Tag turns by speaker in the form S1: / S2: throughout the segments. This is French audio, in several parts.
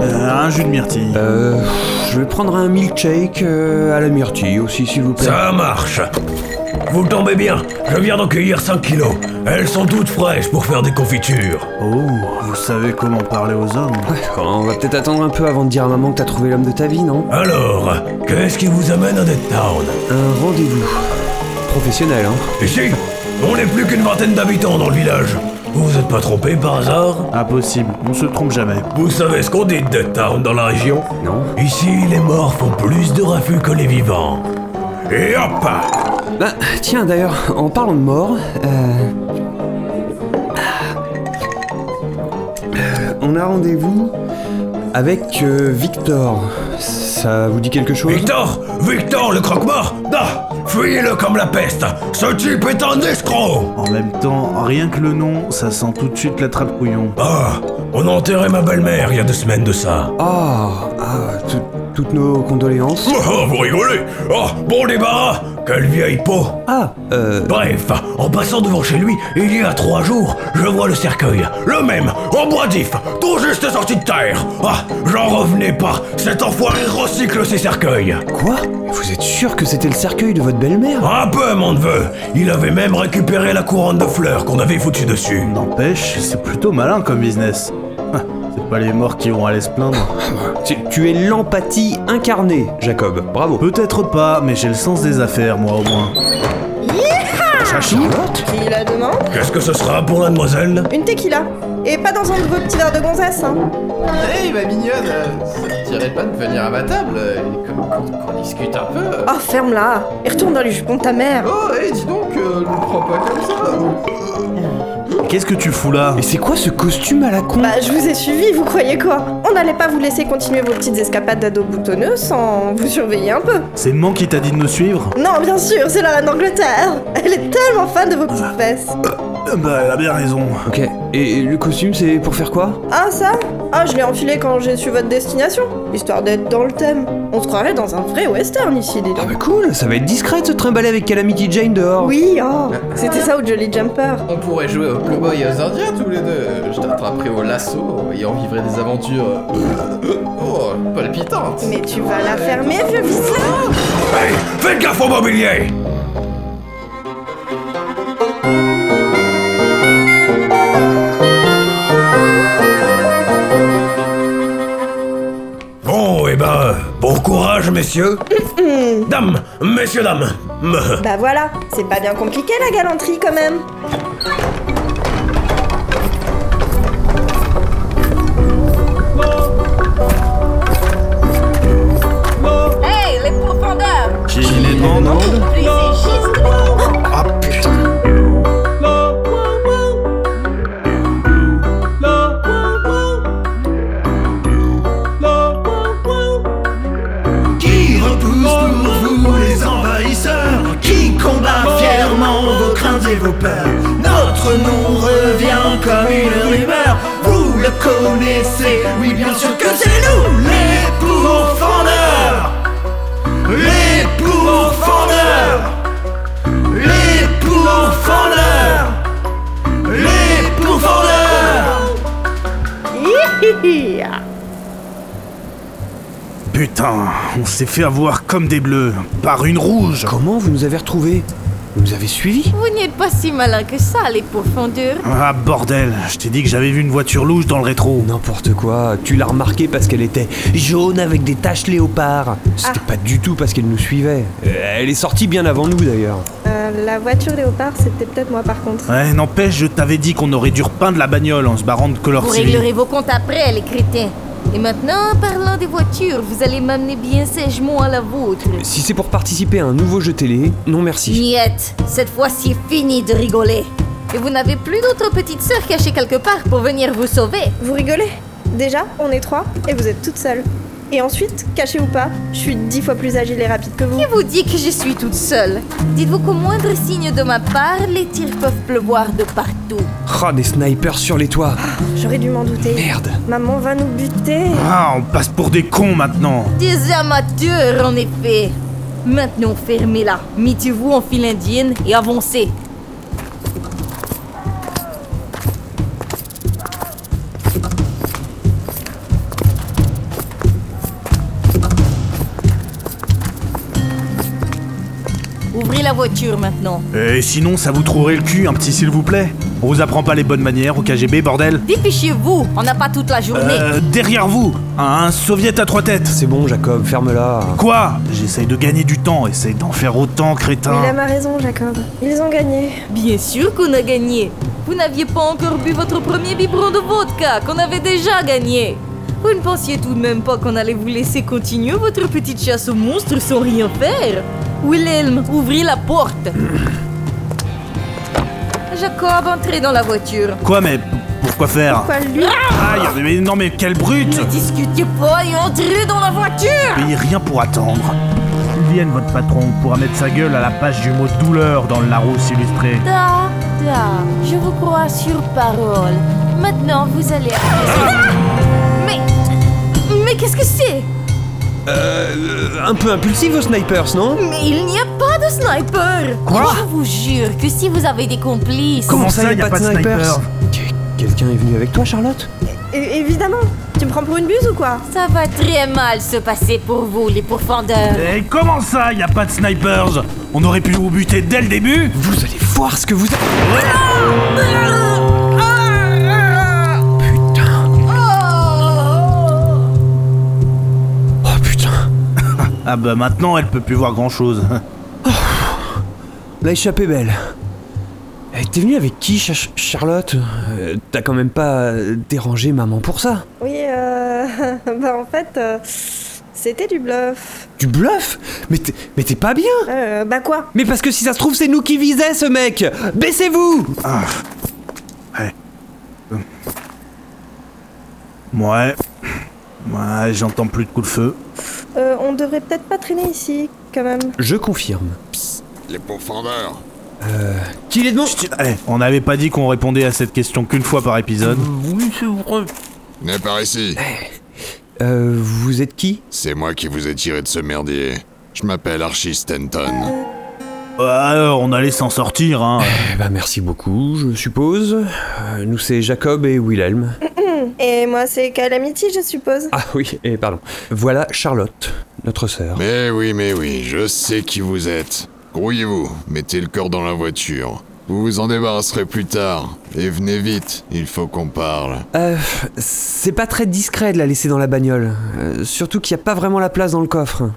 S1: Un jus de myrtille.
S2: Euh, je vais prendre un milkshake euh, à la myrtille aussi, s'il vous plaît.
S3: Ça marche Vous tombez bien, je viens d'en cueillir 5 kilos. Elles sont toutes fraîches pour faire des confitures.
S1: Oh, vous savez comment parler aux hommes.
S2: Ouais, on va peut-être attendre un peu avant de dire à maman que t'as trouvé l'homme de ta vie, non
S3: Alors, qu'est-ce qui vous amène à Deadtown
S2: Un rendez-vous. Professionnel, hein
S3: Ici, on n'est plus qu'une vingtaine d'habitants dans le village. Vous vous êtes pas trompé par hasard
S1: Impossible, on se trompe jamais.
S3: Vous savez ce qu'on dit de Deadtown dans la région
S2: Non
S3: Ici, les morts font plus de rafus que les vivants. Et hop
S2: Bah, tiens, d'ailleurs, en parlant de mort, euh... euh, On a rendez-vous avec euh, Victor. Ça vous dit quelque chose
S3: Victor Victor, le croque-mort Ah Fuyez-le comme la peste Ce type est un escroc
S1: En même temps, rien que le nom, ça sent tout de suite la trappe couillon.
S3: Ah On a enterré ma belle-mère il y a deux semaines de ça.
S2: Ah, ah, tout- toutes nos condoléances.
S3: Oh, vous rigolez Oh, bon débarras Quelle vieille peau
S2: Ah, euh...
S3: Bref, en passant devant chez lui, il y a trois jours, je vois le cercueil. Le même, en bois d'if, tout juste sorti de terre Ah J'en revenais pas Cet enfoiré recycle ses cercueils
S2: Quoi Vous êtes sûr que c'était le cercueil de votre belle-mère
S3: Un peu, mon neveu Il avait même récupéré la couronne de fleurs qu'on avait foutue dessus.
S1: N'empêche, c'est plutôt malin comme business. Ah, C'est pas les morts qui vont aller se plaindre.
S2: tu, tu es l'empathie incarnée, Jacob. Bravo.
S1: Peut-être pas, mais j'ai le sens des affaires, moi au moins.
S2: Charlotte
S4: Qui la demande
S3: Qu'est-ce que ce sera pour la demoiselle
S4: Une tequila. Et pas dans un de vos petits verres de gonzesse, hein.
S5: Hey ma mignonne, euh, ça te dirait pas de venir à ma table euh, et que- qu'on qu'on discute un peu euh.
S4: Oh, ferme-la Et retourne dans le jupon de ta mère
S5: Oh hey dis donc, euh, ne me prends pas comme ça
S1: Qu'est-ce que tu fous là
S2: Mais c'est quoi ce costume à la con
S4: Bah, je vous ai suivi, vous croyez quoi On n'allait pas vous laisser continuer vos petites escapades d'ado boutonneux sans vous surveiller un peu.
S1: C'est maman qui t'a dit de nous suivre
S4: Non, bien sûr, c'est la reine d'Angleterre Elle est tellement fan de vos
S2: Ah.
S4: petites fesses
S1: Euh, Bah, elle a bien raison.
S2: Ok, et le costume c'est pour faire quoi
S4: Ah, ça Ah, je l'ai enfilé quand j'ai su votre destination, histoire d'être dans le thème. On se croirait dans un vrai western ici, dis
S2: Ah
S4: donc.
S2: bah cool, ça va être discret de se trimballer avec Calamity Jane dehors.
S4: Oui, oh C'était ça au Jolly Jumper.
S5: On pourrait jouer au cowboy et aux indiens tous les deux Je t'attraperai au lasso et on vivrait des aventures... euh, oh, palpitantes
S4: Mais tu vas la fermer, vieux vicelin
S3: Hey Faites gaffe au mobilier Bon, eh ben, bon courage, messieurs Dames Messieurs, dames
S4: Bah voilà, c'est pas bien compliqué la galanterie quand même.
S6: Hey, les profondeurs
S1: Qui les demande
S6: Plus c'est schiste,
S1: Ah putain
S7: Qui repousse pour vous les envahisseurs Qui combat fièrement vos craintes et vos peurs Notre nom revient comme une rumeur Vous le connaissez, oui bien sûr que c'est nous Les pourfendeurs Les pourfendeurs Les pourfendeurs Les pourfendeurs
S1: Putain, on s'est fait avoir comme des bleus, par une rouge
S2: Comment vous nous avez retrouvés Vous nous avez suivis
S6: Vous n'êtes pas si malin que ça, les profondeurs
S1: Ah bordel, je t'ai dit que j'avais vu une voiture louche dans le rétro.
S2: N'importe quoi, tu l'as remarqué parce qu'elle était jaune avec des taches léopard. C'était
S4: Ah.
S2: pas du tout parce qu'elle nous suivait. Euh, Elle est sortie bien avant nous d'ailleurs.
S4: Euh, la voiture léopard, c'était peut-être moi par contre.
S1: Ouais, n'empêche, je t'avais dit qu'on aurait dû repeindre la bagnole en se barrant de Color
S6: Vous
S1: Civil.
S6: réglerez vos comptes après, les crétins Et maintenant, parlant des voitures, vous allez m'amener bien sagement à la vôtre
S2: Si c'est pour participer à un nouveau jeu télé, non merci.
S6: Niette, cette fois ci fini de rigoler Et vous n'avez plus d'autre petite sœur cachée quelque part pour venir vous sauver
S4: Vous rigolez Déjà, on est trois et vous êtes toute seule. Et ensuite, caché ou pas, je suis dix fois plus agile et rapide que vous.
S6: Qui vous dit que je suis toute seule Dites-vous qu'au moindre signe de ma part, les tirs peuvent pleuvoir de partout
S2: Ah, des snipers sur les toits.
S4: J'aurais dû m'en douter.
S2: Merde.
S4: Maman va nous buter.
S1: Ah, on passe pour des cons maintenant
S6: Des amateurs, en effet. Maintenant, fermez-la, mettez-vous en file indienne et avancez. voiture maintenant.
S1: Et sinon, ça vous trouverait le cul, un petit s'il vous plaît On vous apprend pas les bonnes manières au KGB, bordel
S6: Dépêchez-vous, on n'a pas toute la journée.
S1: Euh, derrière vous, un, un soviet à trois têtes
S2: C'est bon, Jacob, ferme-la.
S1: Quoi J'essaye de gagner du temps, essaye d'en faire autant, crétin.
S4: Il a ma raison, Jacob. Ils ont gagné.
S6: Bien sûr qu'on a gagné. Vous n'aviez pas encore bu votre premier biberon de vodka qu'on avait déjà gagné. Vous ne pensiez tout de même pas qu'on allait vous laisser continuer votre petite chasse aux monstres sans rien faire Wilhelm, ouvrez la porte. Jacob, entrez dans la voiture.
S1: Quoi, mais p- pourquoi faire
S4: Quoi, lui
S1: Aïe, mais non, mais quelle brute
S6: Ne discutez pas et entrez dans la voiture
S1: Payez rien pour attendre. Vienne, votre patron, pourra mettre sa gueule à la page du mot douleur dans le Larousse illustré.
S6: Da, da, je vous crois sur parole. Maintenant, vous allez... Ah mais... Mais qu'est-ce que c'est
S2: Euh, un peu impulsif, vos snipers, non
S6: Mais il n'y a pas de sniper
S2: Quoi
S6: Je vous jure que si vous avez des complices...
S1: Comment ça, y a pas de snipers
S2: Qu- Quelqu'un est venu avec toi, Charlotte
S4: É- Évidemment Tu me prends pour une buse ou quoi
S6: Ça va très mal se passer pour vous, les pourfendeurs.
S1: Et comment ça, y a pas de snipers On aurait pu vous buter dès le début
S2: Vous allez voir ce que vous... a- Putain Oh putain
S1: Ah bah maintenant, elle peut plus voir grand chose.
S2: La échappée belle. Eh, T'es venu avec qui, Cha- Charlotte Euh, T'as quand même pas euh, dérangé maman pour ça
S4: Oui, euh... bah en fait, euh, c'était du bluff.
S2: Tu bluffes Mais t'es mais t'es pas bien
S4: Euh, bah quoi
S2: Mais parce que si ça se trouve, c'est nous qui visait ce mec Baissez-vous
S1: Ah. Ouais. Ouais, j'entends plus de coups de feu.
S4: Euh, on devrait peut-être pas traîner ici, quand même.
S2: Je confirme.
S8: Les profondeurs.
S1: Euh,
S2: Qu'il est de mon...
S1: Eh, on n'avait pas dit qu'on répondait à cette question qu'une fois par épisode.
S8: Venez par ici.
S2: Euh, vous êtes qui
S8: C'est moi qui vous ai tiré de ce merdier. Je m'appelle Archie Stanton.
S1: Euh, on allait s'en sortir, hein.
S2: Eh ben, merci beaucoup, je suppose. Euh, nous, c'est Jacob et Wilhelm.
S4: Et moi, c'est Calamity, je suppose.
S2: Ah oui, et pardon. Voilà Charlotte, notre sœur.
S8: Mais oui, mais oui, je sais qui vous êtes. Grouillez-vous, mettez le corps dans la voiture. Vous vous en débarrasserez plus tard. Et venez vite, il faut qu'on parle.
S2: Euh, c'est pas très discret de la laisser dans la bagnole. Euh, surtout qu'il n'y a pas vraiment la place dans le coffre.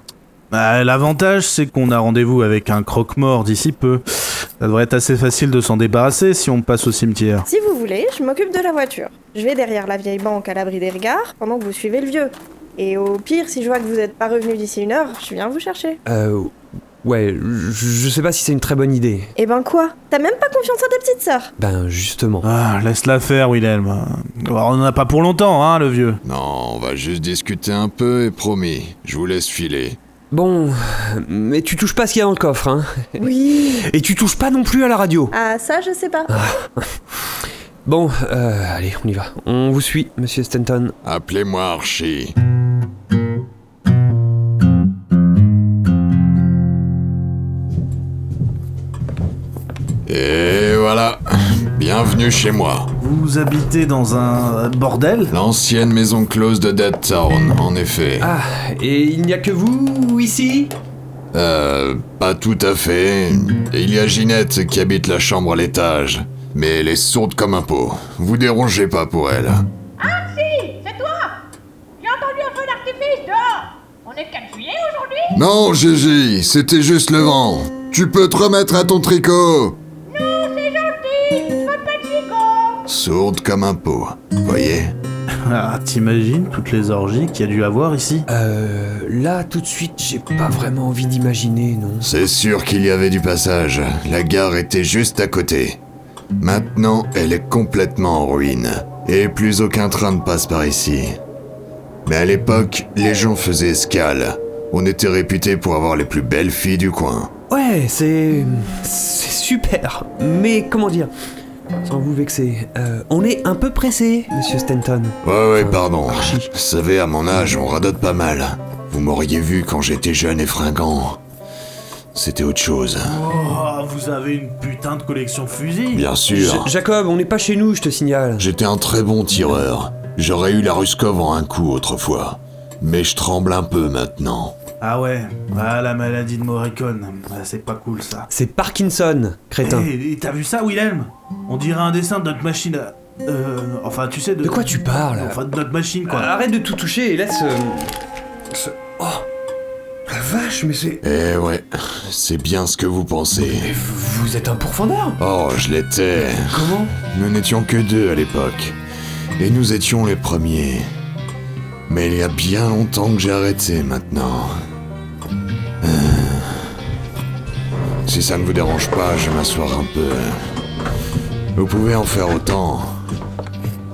S1: Bah, L'avantage, c'est qu'on a rendez-vous avec un croque-mort d'ici peu. Ça devrait être assez facile de s'en débarrasser si on passe au cimetière.
S4: Si vous voulez, je m'occupe de la voiture. Je vais derrière la vieille banque à l'abri des regards pendant que vous suivez le vieux. Et au pire, si je vois que vous n'êtes pas revenu d'ici une heure, je viens vous chercher.
S2: Euh, ouais, je, je sais pas si c'est une très bonne idée.
S4: Eh ben quoi T'as même pas confiance en ta petite sœur
S2: Ben, justement.
S1: Ah, laisse-la faire, Wilhelm. Alors, on n'en a pas pour longtemps, hein, le vieux.
S8: Non, on va juste discuter un peu et promis, je vous laisse filer.
S2: Bon, mais tu touches pas ce qu'il y a dans le coffre, hein.
S4: Oui.
S2: Et tu touches pas non plus à la radio.
S4: Ah, ça, je sais pas.
S2: Bon, euh, allez, on y va. On vous suit, monsieur Stanton.
S8: Appelez-moi Archie. Et voilà, bienvenue chez moi.
S1: Vous habitez dans un bordel
S8: L'ancienne maison close de Dead Town, en effet.
S2: Ah, et il n'y a que vous ici
S8: Euh, pas tout à fait. Il y a Ginette qui habite la chambre à l'étage. Mais elle est sourde comme un pot. Vous dérangez pas pour elle.
S9: Ah, C'est toi J'ai entendu un feu d'artifice dehors On est le 4 juillet aujourd'hui
S8: Non, Gigi, c'était juste le vent. Tu peux te remettre à ton tricot.
S9: C'est gentil Je veux pas de gigot
S8: Sourde comme un pot. Voyez
S1: Ah, t'imagines toutes les orgies qu'il y a dû avoir ici
S2: Euh, là, tout de suite, j'ai pas vraiment envie d'imaginer, non.
S8: C'est sûr qu'il y avait du passage. La gare était juste à côté. Maintenant, elle est complètement en ruine. Et plus aucun train ne passe par ici. Mais à l'époque, les gens faisaient escale. On était réputé pour avoir les plus belles filles du coin.
S2: Ouais, c'est... c'est super. Mais comment dire Sans vous vexer, euh, on est un peu pressé, monsieur Stanton.
S8: Ouais, ouais, pardon.
S2: Archie.
S8: Vous savez, à mon âge, on radote pas mal. Vous m'auriez vu quand j'étais jeune et fringant. C'était autre chose.
S1: Oh, vous avez une putain de collection de fusils
S8: Bien sûr.
S2: Jacob, on n'est pas chez nous, je te signale.
S8: J'étais un très bon tireur. J'aurais eu la Ruskov en un coup autrefois. Mais je tremble un peu maintenant.
S1: Ah ouais, ah la maladie de Morricone, Ah, c'est pas cool ça.
S2: C'est Parkinson,
S1: Hé,
S2: crétin.
S1: hé, t'as vu ça, Willem On dirait un dessin de notre machine à... Euh, enfin, tu sais de...
S2: De quoi tu parles
S1: Enfin, de notre machine, quoi.
S2: Arrête de tout toucher et laisse. euh, ce- Oh
S7: La vache, mais c'est.
S8: Eh ouais, c'est bien ce que vous pensez.
S7: mais vous vous êtes un pourfendeur
S8: Oh, je l'étais.
S7: Comment
S8: Nous n'étions que deux à l'époque. Et nous étions les premiers. Mais il y a bien longtemps que j'ai arrêté maintenant. Euh. Si ça ne vous dérange pas, je vais m'asseoir un peu. Vous pouvez en faire autant.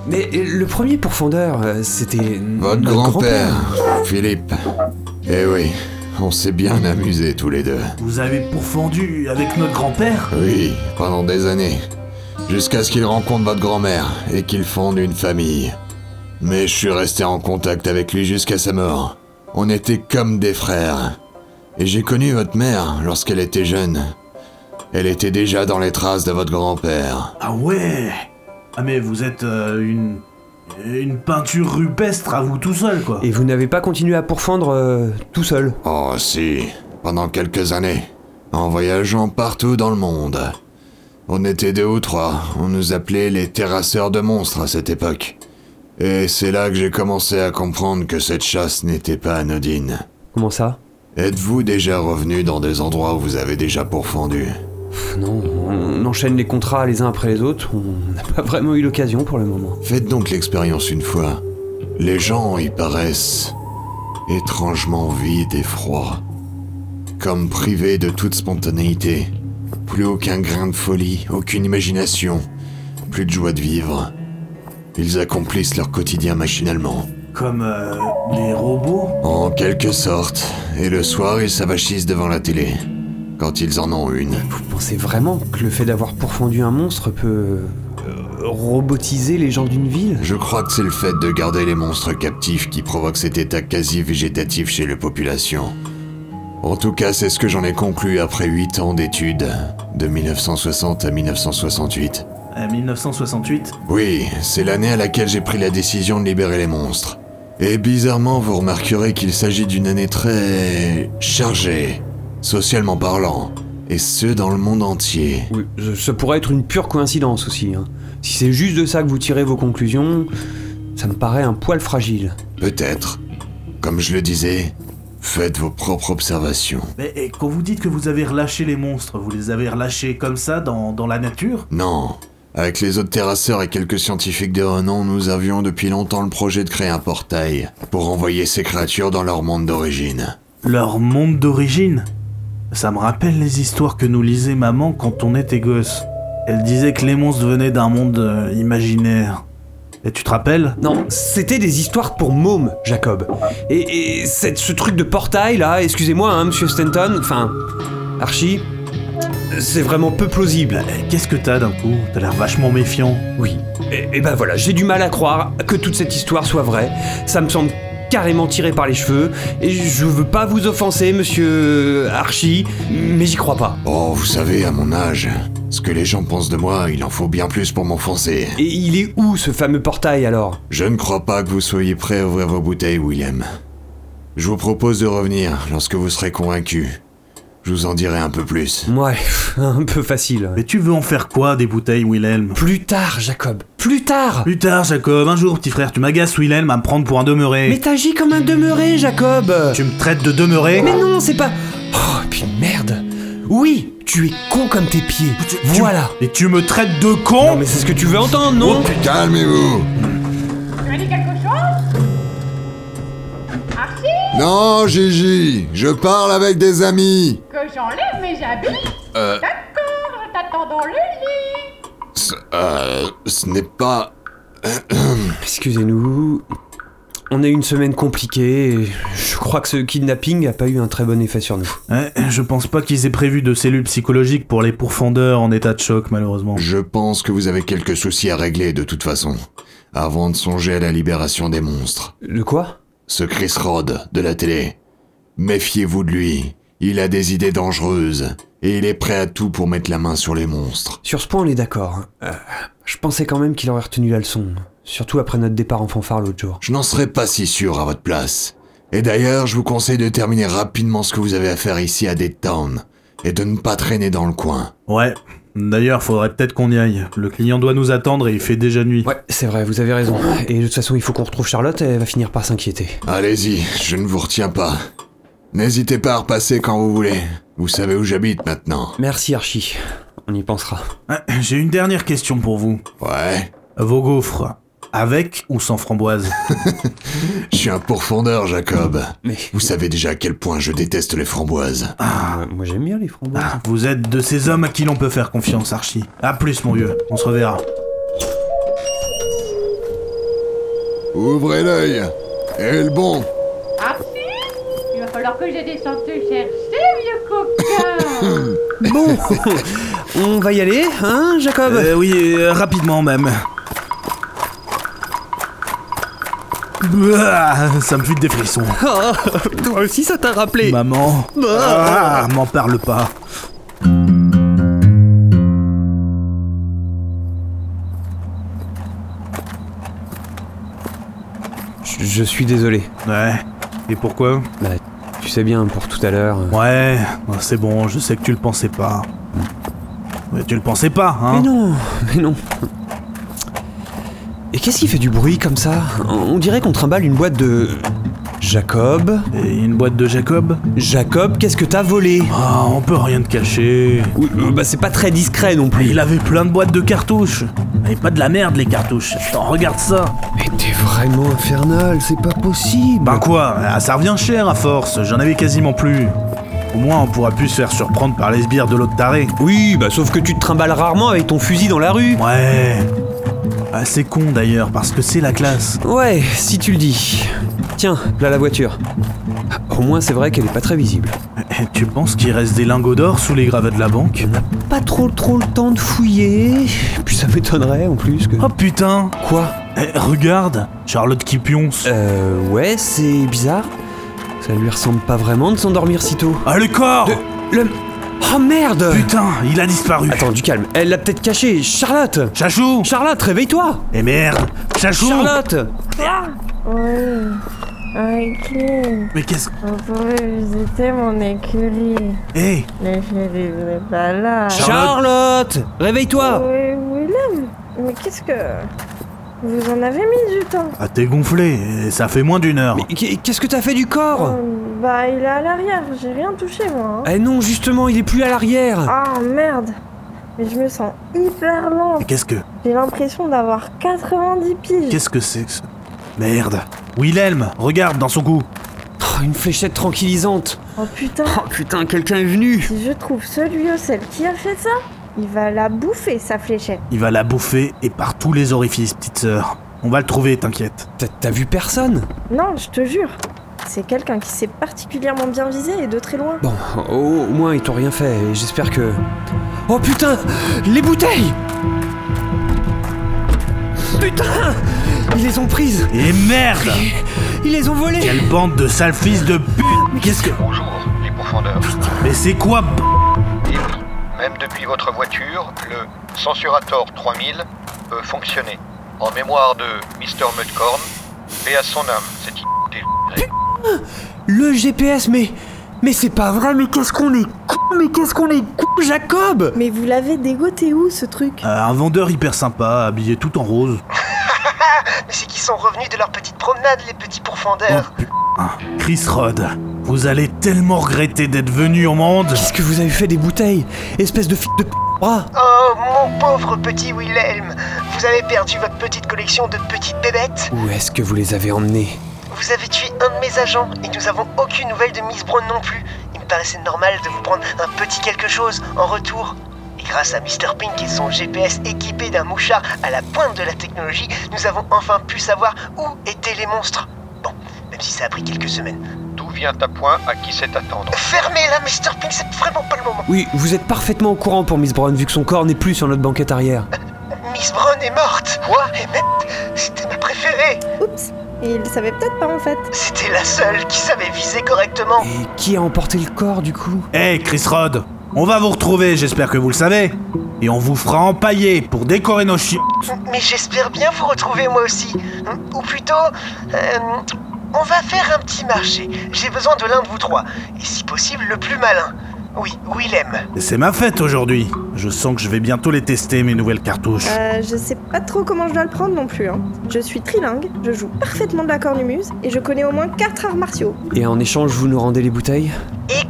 S2: Mais euh, le premier pourfendeur, euh, c'était.
S8: Votre grand-père, Philippe. Eh oui, on s'est bien amusés tous les deux.
S1: Vous avez pourfendu avec notre grand-père
S8: Oui, pendant des années. Jusqu'à ce qu'il rencontre votre grand-mère et qu'il fonde une famille. Mais je suis resté en contact avec lui jusqu'à sa mort. On était comme des frères. Et j'ai connu votre mère lorsqu'elle était jeune. Elle était déjà dans les traces de votre grand-père.
S1: Ah ouais Ah mais vous êtes euh, une... Une peinture rupestre à vous tout seul, quoi.
S2: Et vous n'avez pas continué à pourfendre euh, tout seul
S8: Oh si, pendant quelques années, en voyageant partout dans le monde. On était deux ou trois, on nous appelait les terrasseurs de monstres à cette époque. Et c'est là que j'ai commencé à comprendre que cette chasse n'était pas anodine.
S2: Comment ça
S8: Êtes-vous déjà revenu dans des endroits où vous avez déjà pourfendu
S2: Pff, Non, on enchaîne les contrats les uns après les autres. On n'a pas vraiment eu l'occasion pour le moment.
S8: Faites donc l'expérience une fois. Les gens y paraissent étrangement vides et froids, comme privés de toute spontanéité. Plus aucun grain de folie, aucune imagination, plus de joie de vivre. Ils accomplissent leur quotidien machinalement,
S1: Comme euh, des robots
S8: en quelque sorte, et le soir ils s'avachissent devant la télé, quand ils en ont une.
S2: Vous pensez vraiment que le fait d'avoir pourfendu un monstre peut. euh, robotiser les gens d'une ville
S8: Je crois que c'est le fait de garder les monstres captifs qui provoque cet état quasi végétatif chez la population. En tout cas, c'est ce que j'en ai conclu après 8 ans d'études, de 1960 à 1968.
S1: À 1968
S8: Oui, c'est l'année à laquelle j'ai pris la décision de libérer les monstres. Et bizarrement, vous remarquerez qu'il s'agit d'une année très chargée, socialement parlant, et ce dans le monde entier.
S2: Oui, ce- ça pourrait être une pure coïncidence aussi. hein. Si c'est juste de ça que vous tirez vos conclusions, ça me paraît un poil fragile.
S8: Peut-être. Comme je le disais, faites vos propres observations.
S1: Mais et quand vous dites que vous avez relâché les monstres, vous les avez relâchés comme ça, dans, dans la nature
S8: Non. Avec les autres terrasseurs et quelques scientifiques de renom, nous avions depuis longtemps le projet de créer un portail pour envoyer ces créatures dans leur monde d'origine.
S1: Leur monde d'origine Ça me rappelle les histoires que nous lisait maman quand on était gosse. Elle disait que les monstres venaient d'un monde euh, imaginaire. Et tu te rappelles
S2: Non, c'était des histoires pour mômes, Jacob. Et, et cette- ce truc de portail là, excusez-moi, hein, monsieur Stanton, enfin, Archie, c'est vraiment peu plausible.
S1: Eh, Qu'est-ce que t'as d'un coup T'as l'air vachement méfiant.
S2: Oui. Et, et ben voilà, j'ai du mal à croire que toute cette histoire soit vraie. Ça me semble carrément tiré par les cheveux. Et je veux pas vous offenser, monsieur Archie, mais j'y crois pas.
S8: Oh, vous savez, à mon âge, ce que les gens pensent de moi, il en faut bien plus pour m'enfoncer.
S2: Et il est où ce fameux portail alors
S8: Je ne crois pas que vous soyez prêt à ouvrir vos bouteilles, William. Je vous propose de revenir lorsque vous serez convaincu. Je vous en dirai un peu plus.
S2: Ouais, un peu facile.
S1: Mais tu veux en faire quoi des bouteilles, Wilhelm
S2: Plus tard, Jacob. Plus tard
S1: Plus tard, Jacob, un jour, petit frère, tu m'agaces, Wilhelm, à me prendre pour un demeuré.
S2: Mais t'agis comme un demeuré, Jacob
S1: Tu me traites de demeuré
S2: Mais non, c'est pas. Oh, et puis merde Oui, tu es con comme tes pieds. Voilà
S1: Et tu me traites de con
S2: Non, mais c'est ce que tu veux entendre, non
S8: Oh, Calmez-vous
S9: Tu as dit quelque chose Ah, Archie
S8: Non, Gigi Je parle avec des amis
S9: Que j'enlève mes habits
S8: Euh...
S9: D'accord, je t'attends dans le lit
S8: Ce- euh, ce n'est pas...
S2: Excusez-nous. On a eu une semaine compliquée et je crois que ce kidnapping a pas eu un très bon effet sur nous.
S1: Ouais, Hein, Je pense pas qu'ils aient prévu de cellules psychologiques pour les pourfendeurs en état de choc, malheureusement.
S8: Je pense que vous avez quelques soucis à régler de toute façon, avant de songer à la libération des monstres.
S2: De quoi
S8: Ce Chris Rod de la télé. Méfiez-vous de lui, il a des idées dangereuses, et il est prêt à tout pour mettre la main sur les monstres.
S2: Sur ce point, on est d'accord. Euh, je pensais quand même qu'il aurait retenu la leçon. Surtout après notre départ en fanfare l'autre jour.
S8: Je n'en serais pas si sûr à votre place. Et d'ailleurs, je vous conseille de terminer rapidement ce que vous avez à faire ici à Deadtown et de ne pas traîner dans le coin.
S1: Ouais. D'ailleurs, faudrait peut-être qu'on y aille. Le client doit nous attendre et il fait déjà nuit.
S2: Ouais, c'est vrai, vous avez raison. Et de toute façon, il faut qu'on retrouve Charlotte, elle va finir par s'inquiéter.
S8: Allez-y, je ne vous retiens pas. N'hésitez pas à repasser quand vous voulez. Vous savez où j'habite maintenant.
S2: Merci Archie, on y pensera.
S1: Ah, J'ai une dernière question pour vous.
S8: Ouais,
S1: Vos gaufres, avec ou sans framboise
S8: je suis un pourfondeur, Jacob.
S2: Mais
S8: Vous savez déjà à quel point je déteste les framboises.
S2: moi, Ah, moi, j'aime bien les framboises.
S1: Ah, Vous êtes de ces hommes à qui l'on peut faire confiance, Archie. À plus, mon vieux. On se reverra.
S8: Ouvrez l'œil Et le bon
S9: Ah si Il va falloir que je descende te chercher, vieux coquin
S2: Bon, on va y aller, hein Jacob
S1: Euh, oui, euh, rapidement même. Ouah, Bah, Ça me file des frissons.
S2: Ah, Toi aussi ça t'a rappelé Bah.
S1: Maman. Ah, m'en parle pas.
S2: je, je suis désolé.
S1: Ouais. Et pourquoi
S2: Bah, tu sais bien, pour tout à l'heure... euh,
S1: Ouais, Hmm. c'est bon, je sais que tu le pensais pas. Mais tu le pensais pas,
S2: Mais
S1: hein
S2: non, mais non. Et qu'est-ce qui fait du bruit comme ça On dirait qu'on trimballe une boîte de... Jacob
S1: Et une boîte de Jacob
S2: Jacob, qu'est-ce que t'as volé
S1: Ah, on peut rien te cacher.
S2: Oui, euh, bah c'est pas très discret non
S1: Mais
S2: plus.
S1: il avait plein de boîtes de cartouches. Et pas de la merde, les cartouches. Attends, regarde ça.
S2: Mais t'es vraiment infernal, c'est pas possible.
S1: Ben quoi ah, Ça revient cher à force, j'en avais quasiment plus. Au moins, on pourra plus se faire surprendre par les sbires de l'autre taré.
S2: Oui, bah sauf que tu te trimbales rarement avec ton fusil dans la rue.
S1: Ouais. Ah, c'est con d'ailleurs, parce que c'est la classe.
S2: Ouais, si tu le dis. Tiens, là la voiture. Au moins c'est vrai qu'elle est pas très visible.
S1: Eh, Tu penses qu'il reste des lingots d'or sous les gravats de la banque
S2: Pas trop trop le temps de fouiller. Puis ça m'étonnerait en plus que.
S1: Oh putain
S2: quoi
S1: Eh, Regarde Charlotte qui pionce.
S2: Euh ouais, c'est bizarre. Ça lui ressemble pas vraiment de s'endormir si tôt.
S1: Ah, le corps
S2: De- Le. Oh merde
S1: Putain, il a disparu.
S2: Attends, du calme. Elle l'a peut-être caché. Charlotte
S1: Chachou
S2: Charlotte, réveille-toi
S1: Eh merde Chachou
S2: Charlotte
S4: Oui, avec lui,
S1: Ah. Mais qu'est-ce...
S4: on pourrait visiter mon écurie.
S1: Eh
S4: Le shérif n'est pas là.
S2: Charlotte, Réveille-toi
S4: Oui, Willem, mais qu'est-ce que... Vous en avez mis du temps
S1: Ah, t'es gonflé, et ça fait moins d'une heure.
S2: Mais qu'est- qu'est-ce que t'as fait du corps
S4: Euh, Bah, il est à l'arrière, j'ai rien touché moi. hein.
S2: Eh non, justement, il est plus à l'arrière
S4: Ah merde Mais je me sens hyper lente.
S1: Mais Qu'est-ce que...
S4: J'ai l'impression d'avoir 90 piges.
S1: Qu'est-ce que c'est que ce... Merde Wilhelm, regarde dans son cou
S2: Oh, Une fléchette tranquillisante
S4: Oh putain
S2: Oh putain, quelqu'un est venu
S4: Si je trouve celui ou celle qui a fait ça, il va la bouffer sa fléchette.
S1: Il va la bouffer et par tous les orifices, petite sœur. On va le trouver, t'inquiète.
S2: T'as- T'as vu personne
S4: Non, je te jure. C'est quelqu'un qui s'est particulièrement bien visé et de très loin.
S2: Bon, au, au moins ils t'ont rien fait, et j'espère que... Oh putain Les bouteilles Putain Ils les ont prises
S1: Et merde
S2: Ils les ont volées
S1: Quelle bande de sales fils de pute Mais qu'est-ce que...
S10: Bonjour, les profondeurs.
S1: Mais c'est quoi b-
S10: Et oui, même depuis votre voiture, le Censurator 3000 peut fonctionner. En mémoire de Mr. Mudcorn, et à son âme, c'est
S2: Le GPS, mais... Mais c'est pas vrai, mais qu'est-ce qu'on est con Mais qu'est-ce qu'on est con, Jacob
S4: Mais vous l'avez dégoté où ce truc
S1: Euh, Un vendeur hyper sympa, habillé tout en rose.
S10: Mais c'est qu'ils sont revenus de leur petite promenade, les petits pourfendeurs.
S1: Chris Rod, vous allez tellement regretter d'être venu au monde
S2: Qu'est-ce que vous avez fait des bouteilles Espèce de fille de p... bras
S10: Oh, mon pauvre petit Wilhelm, vous avez perdu votre petite collection de petites bébêtes.
S2: Où est-ce que vous les avez emmenées
S10: Vous avez tué un de mes agents, et nous avons aucune nouvelle de Miss Brown non plus. Il me paraissait normal de vous prendre un petit quelque chose en retour. Et grâce à Mr. Pink et son GPS équipé d'un mouchard à la pointe de la technologie, nous avons enfin pu savoir où étaient les monstres. Bon, même si ça a pris quelques semaines. D'où vient ta pointe À qui c'est attendre Fermez-la, Mr. Pink, c'est vraiment pas le moment.
S2: Oui, vous êtes parfaitement au courant pour Miss Brown, vu que son corps n'est plus sur notre banquette arrière.
S10: Miss Brown est morte Quoi Et merde, c'était ma préférée
S4: Oups Et il savait peut-être pas en fait.
S10: C'était la seule qui savait viser correctement
S2: Et qui a emporté le corps, du coup
S1: Eh Chris Rod, on va vous retrouver, j'espère que vous le savez. Et on vous fera empailler pour décorer nos chi...
S10: Mais j'espère bien vous retrouver moi aussi. Ou plutôt, euh, On va faire un petit marché. J'ai besoin de l'un de vous trois. Et si possible, le plus malin. Oui, Willem.
S1: Et c'est ma fête aujourd'hui. Je sens que je vais bientôt les tester, mes nouvelles cartouches.
S4: Euh, je sais pas trop comment je dois le prendre non plus. hein. Je suis trilingue, je joue parfaitement de la cornemuse et je connais au moins 4 arts martiaux.
S2: Et en échange, vous nous rendez les bouteilles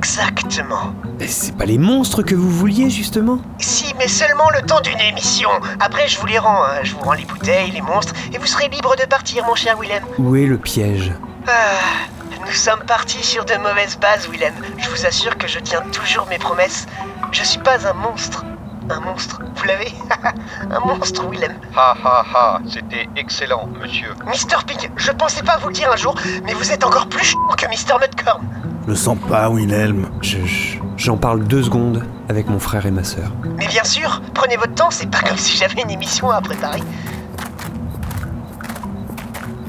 S10: Exactement.
S2: Mais c'est pas les monstres que vous vouliez, justement
S10: Si, mais seulement le temps d'une émission. Après, je vous les rends. hein. Je vous rends les bouteilles, les monstres, et vous serez libre de partir, mon cher Willem.
S2: Où est le piège
S10: Ah, nous sommes partis sur de mauvaises bases, Willem. Je vous assure que je tiens toujours mes promesses. Je suis pas un monstre. Un monstre, vous l'avez Un monstre, Willem.
S11: Ha ha ha, c'était excellent, monsieur.
S10: Mister Pig, je pensais pas vous le dire un jour, mais vous êtes encore plus ch... que Mister Nutcorn.
S1: Je le sens pas, Wilhelm.
S2: Je- je- J'en parle deux secondes avec mon frère et ma sœur.
S10: Mais bien sûr, prenez votre temps, c'est pas comme si j'avais une émission à préparer.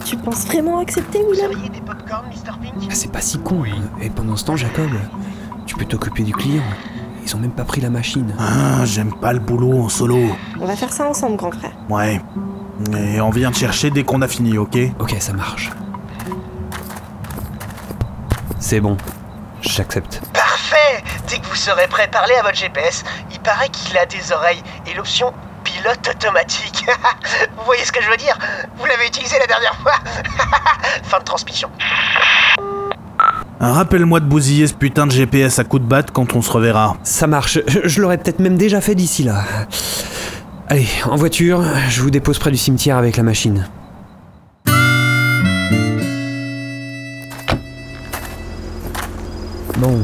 S4: Tu penses vraiment accepter, Willem
S2: Ah, c'est pas si con. hein. Et pendant ce temps, Jacob, tu peux t'occuper du client. Ils ont même pas pris la machine.
S1: Ah, j'aime pas le boulot en solo.
S4: On va faire ça ensemble, grand frère.
S1: Ouais. Et on vient te chercher dès qu'on a fini, ok
S2: Ok, ça marche. C'est bon. J'accepte.
S10: Parfait Dès que vous serez prêt, parlez à votre GPS. Il paraît qu'il a des oreilles et l'option pilote automatique. vous voyez ce que je veux dire Vous l'avez utilisé la dernière fois. fin de transmission.
S1: Ah, Rappelle-moi de bousiller ce putain de GPS à coups de batte quand on se reverra.
S2: Ça marche. Je, je l'aurais peut-être même déjà fait d'ici là. Allez, en voiture, je vous dépose près du cimetière avec la machine. Bon,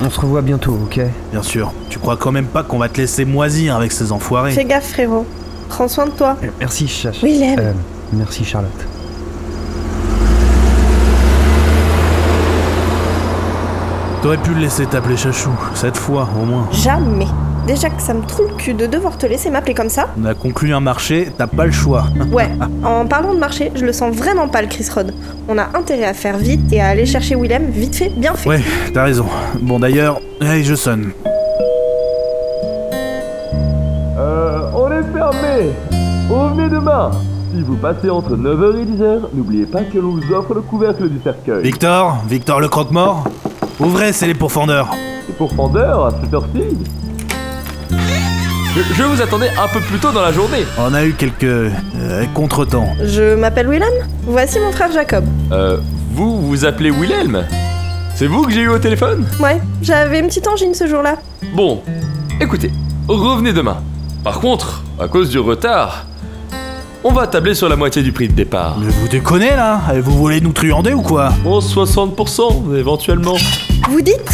S2: on se revoit bientôt, ok
S1: Bien sûr. Tu crois quand même pas qu'on va te laisser moisir avec ces enfoirés
S4: Fais gaffe, frérot. Prends soin de toi.
S2: Eh, Merci, Chacha.
S4: Willem.
S2: merci, Charlotte.
S1: T'aurais pu le laisser t'appeler Chachou, cette fois au moins.
S4: Jamais. Déjà que ça me trouve le cul de devoir te laisser m'appeler comme ça.
S1: On a conclu un marché, t'as pas le choix.
S4: Ouais, en parlant de marché, je le sens vraiment pas le Chris Rod. On a intérêt à faire vite et à aller chercher Willem vite fait, bien fait.
S1: Ouais, t'as raison. Bon d'ailleurs, hey, je sonne.
S12: Euh, on est fermé Revenez demain Si vous passez entre 9h et 10h, n'oubliez pas que l'on vous offre le couvercle du cercueil.
S1: Victor Victor le croque-mort Ouvrez, c'est les pourfendeurs.
S12: Et pour Fandeur, à cette heure-ci je, je vous attendais un peu plus tôt dans la journée
S1: On a eu quelques euh, contretemps.
S4: Je m'appelle Willem, voici mon frère Jacob.
S13: Euh, vous, vous appelez Willem C'est vous que j'ai eu au téléphone
S4: Ouais, j'avais une petite angine ce jour-là.
S13: Bon, écoutez, revenez demain. Par contre, à cause du retard, on va tabler sur la moitié du prix de départ.
S1: Mais vous déconnez là Eh, Vous voulez nous truander ou quoi
S13: Bon, 60% éventuellement.
S4: Vous dites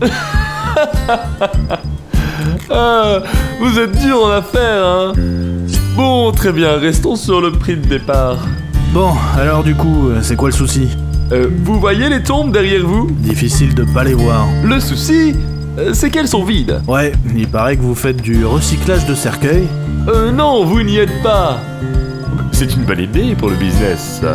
S13: Ah, vous êtes dur en affaires, hein Bon, très bien, restons sur le prix de départ.
S1: Bon, alors du coup, euh, c'est quoi le souci
S13: Euh, Vous voyez les tombes derrière vous
S1: Difficile de pas les voir.
S13: Le souci, euh, c'est qu'elles sont vides.
S1: Ouais, il paraît que vous faites du recyclage de cercueils.
S13: Euh, non, vous n'y êtes pas. C'est une bonne idée pour le business, ça.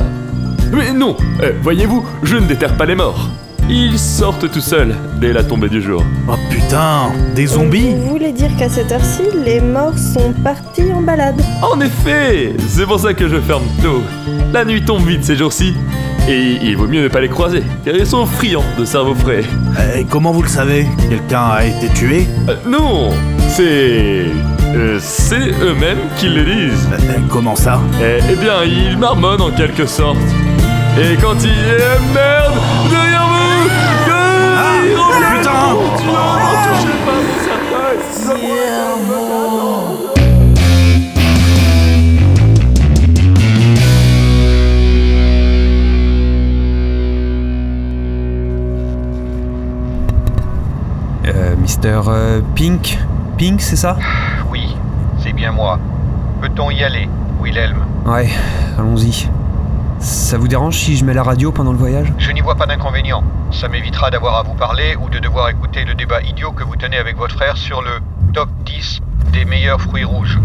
S13: Mais non, euh, voyez-vous, je ne déterre pas les morts. Ils sortent tout seuls dès la tombée du jour.
S1: Oh putain, des zombies
S4: Vous voulez dire qu'à cette heure-ci, les morts sont partis en balade
S13: En effet, c'est pour ça que je ferme tôt. La nuit tombe vite ces jours-ci. Et il vaut mieux ne pas les croiser, car ils sont friands de cerveau frais.
S1: Et Eh, comment vous le savez Quelqu'un a été tué
S13: Euh, non, c'est... euh, c'est eux-mêmes qui le disent.
S1: eh, comment ça
S13: eh, eh bien, ils marmonnent en quelque sorte. Et quand ils... eh, merde Derrière vous
S1: Ah,
S13: Derrière vous Tu m'as touché par le cercueil.
S2: Euh, Mister euh, Pink Pink, c'est ça
S11: Oui, c'est bien moi. Peut-on y aller, Wilhelm
S2: Ouais, allons-y. Ça vous dérange si je mets la radio pendant le voyage
S11: Je n'y vois pas d'inconvénient. Ça m'évitera d'avoir à vous parler ou de devoir écouter le débat idiot que vous tenez avec votre frère sur le top 10 des meilleurs fruits rouges.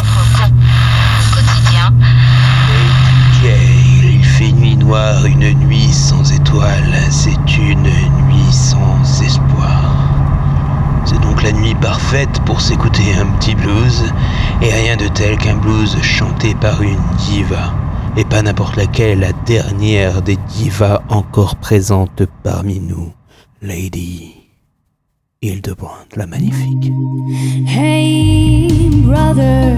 S14: il fait nuit noire, une nuit sans étoiles, c'est une nuit sans espoir. C'est donc la nuit parfaite pour s'écouter un petit blues, et rien de tel qu'un blues chanté par une diva,
S1: et pas n'importe laquelle, la dernière des divas encore présentes parmi nous, Lady Hildebrand, la magnifique.
S7: Hey, brother,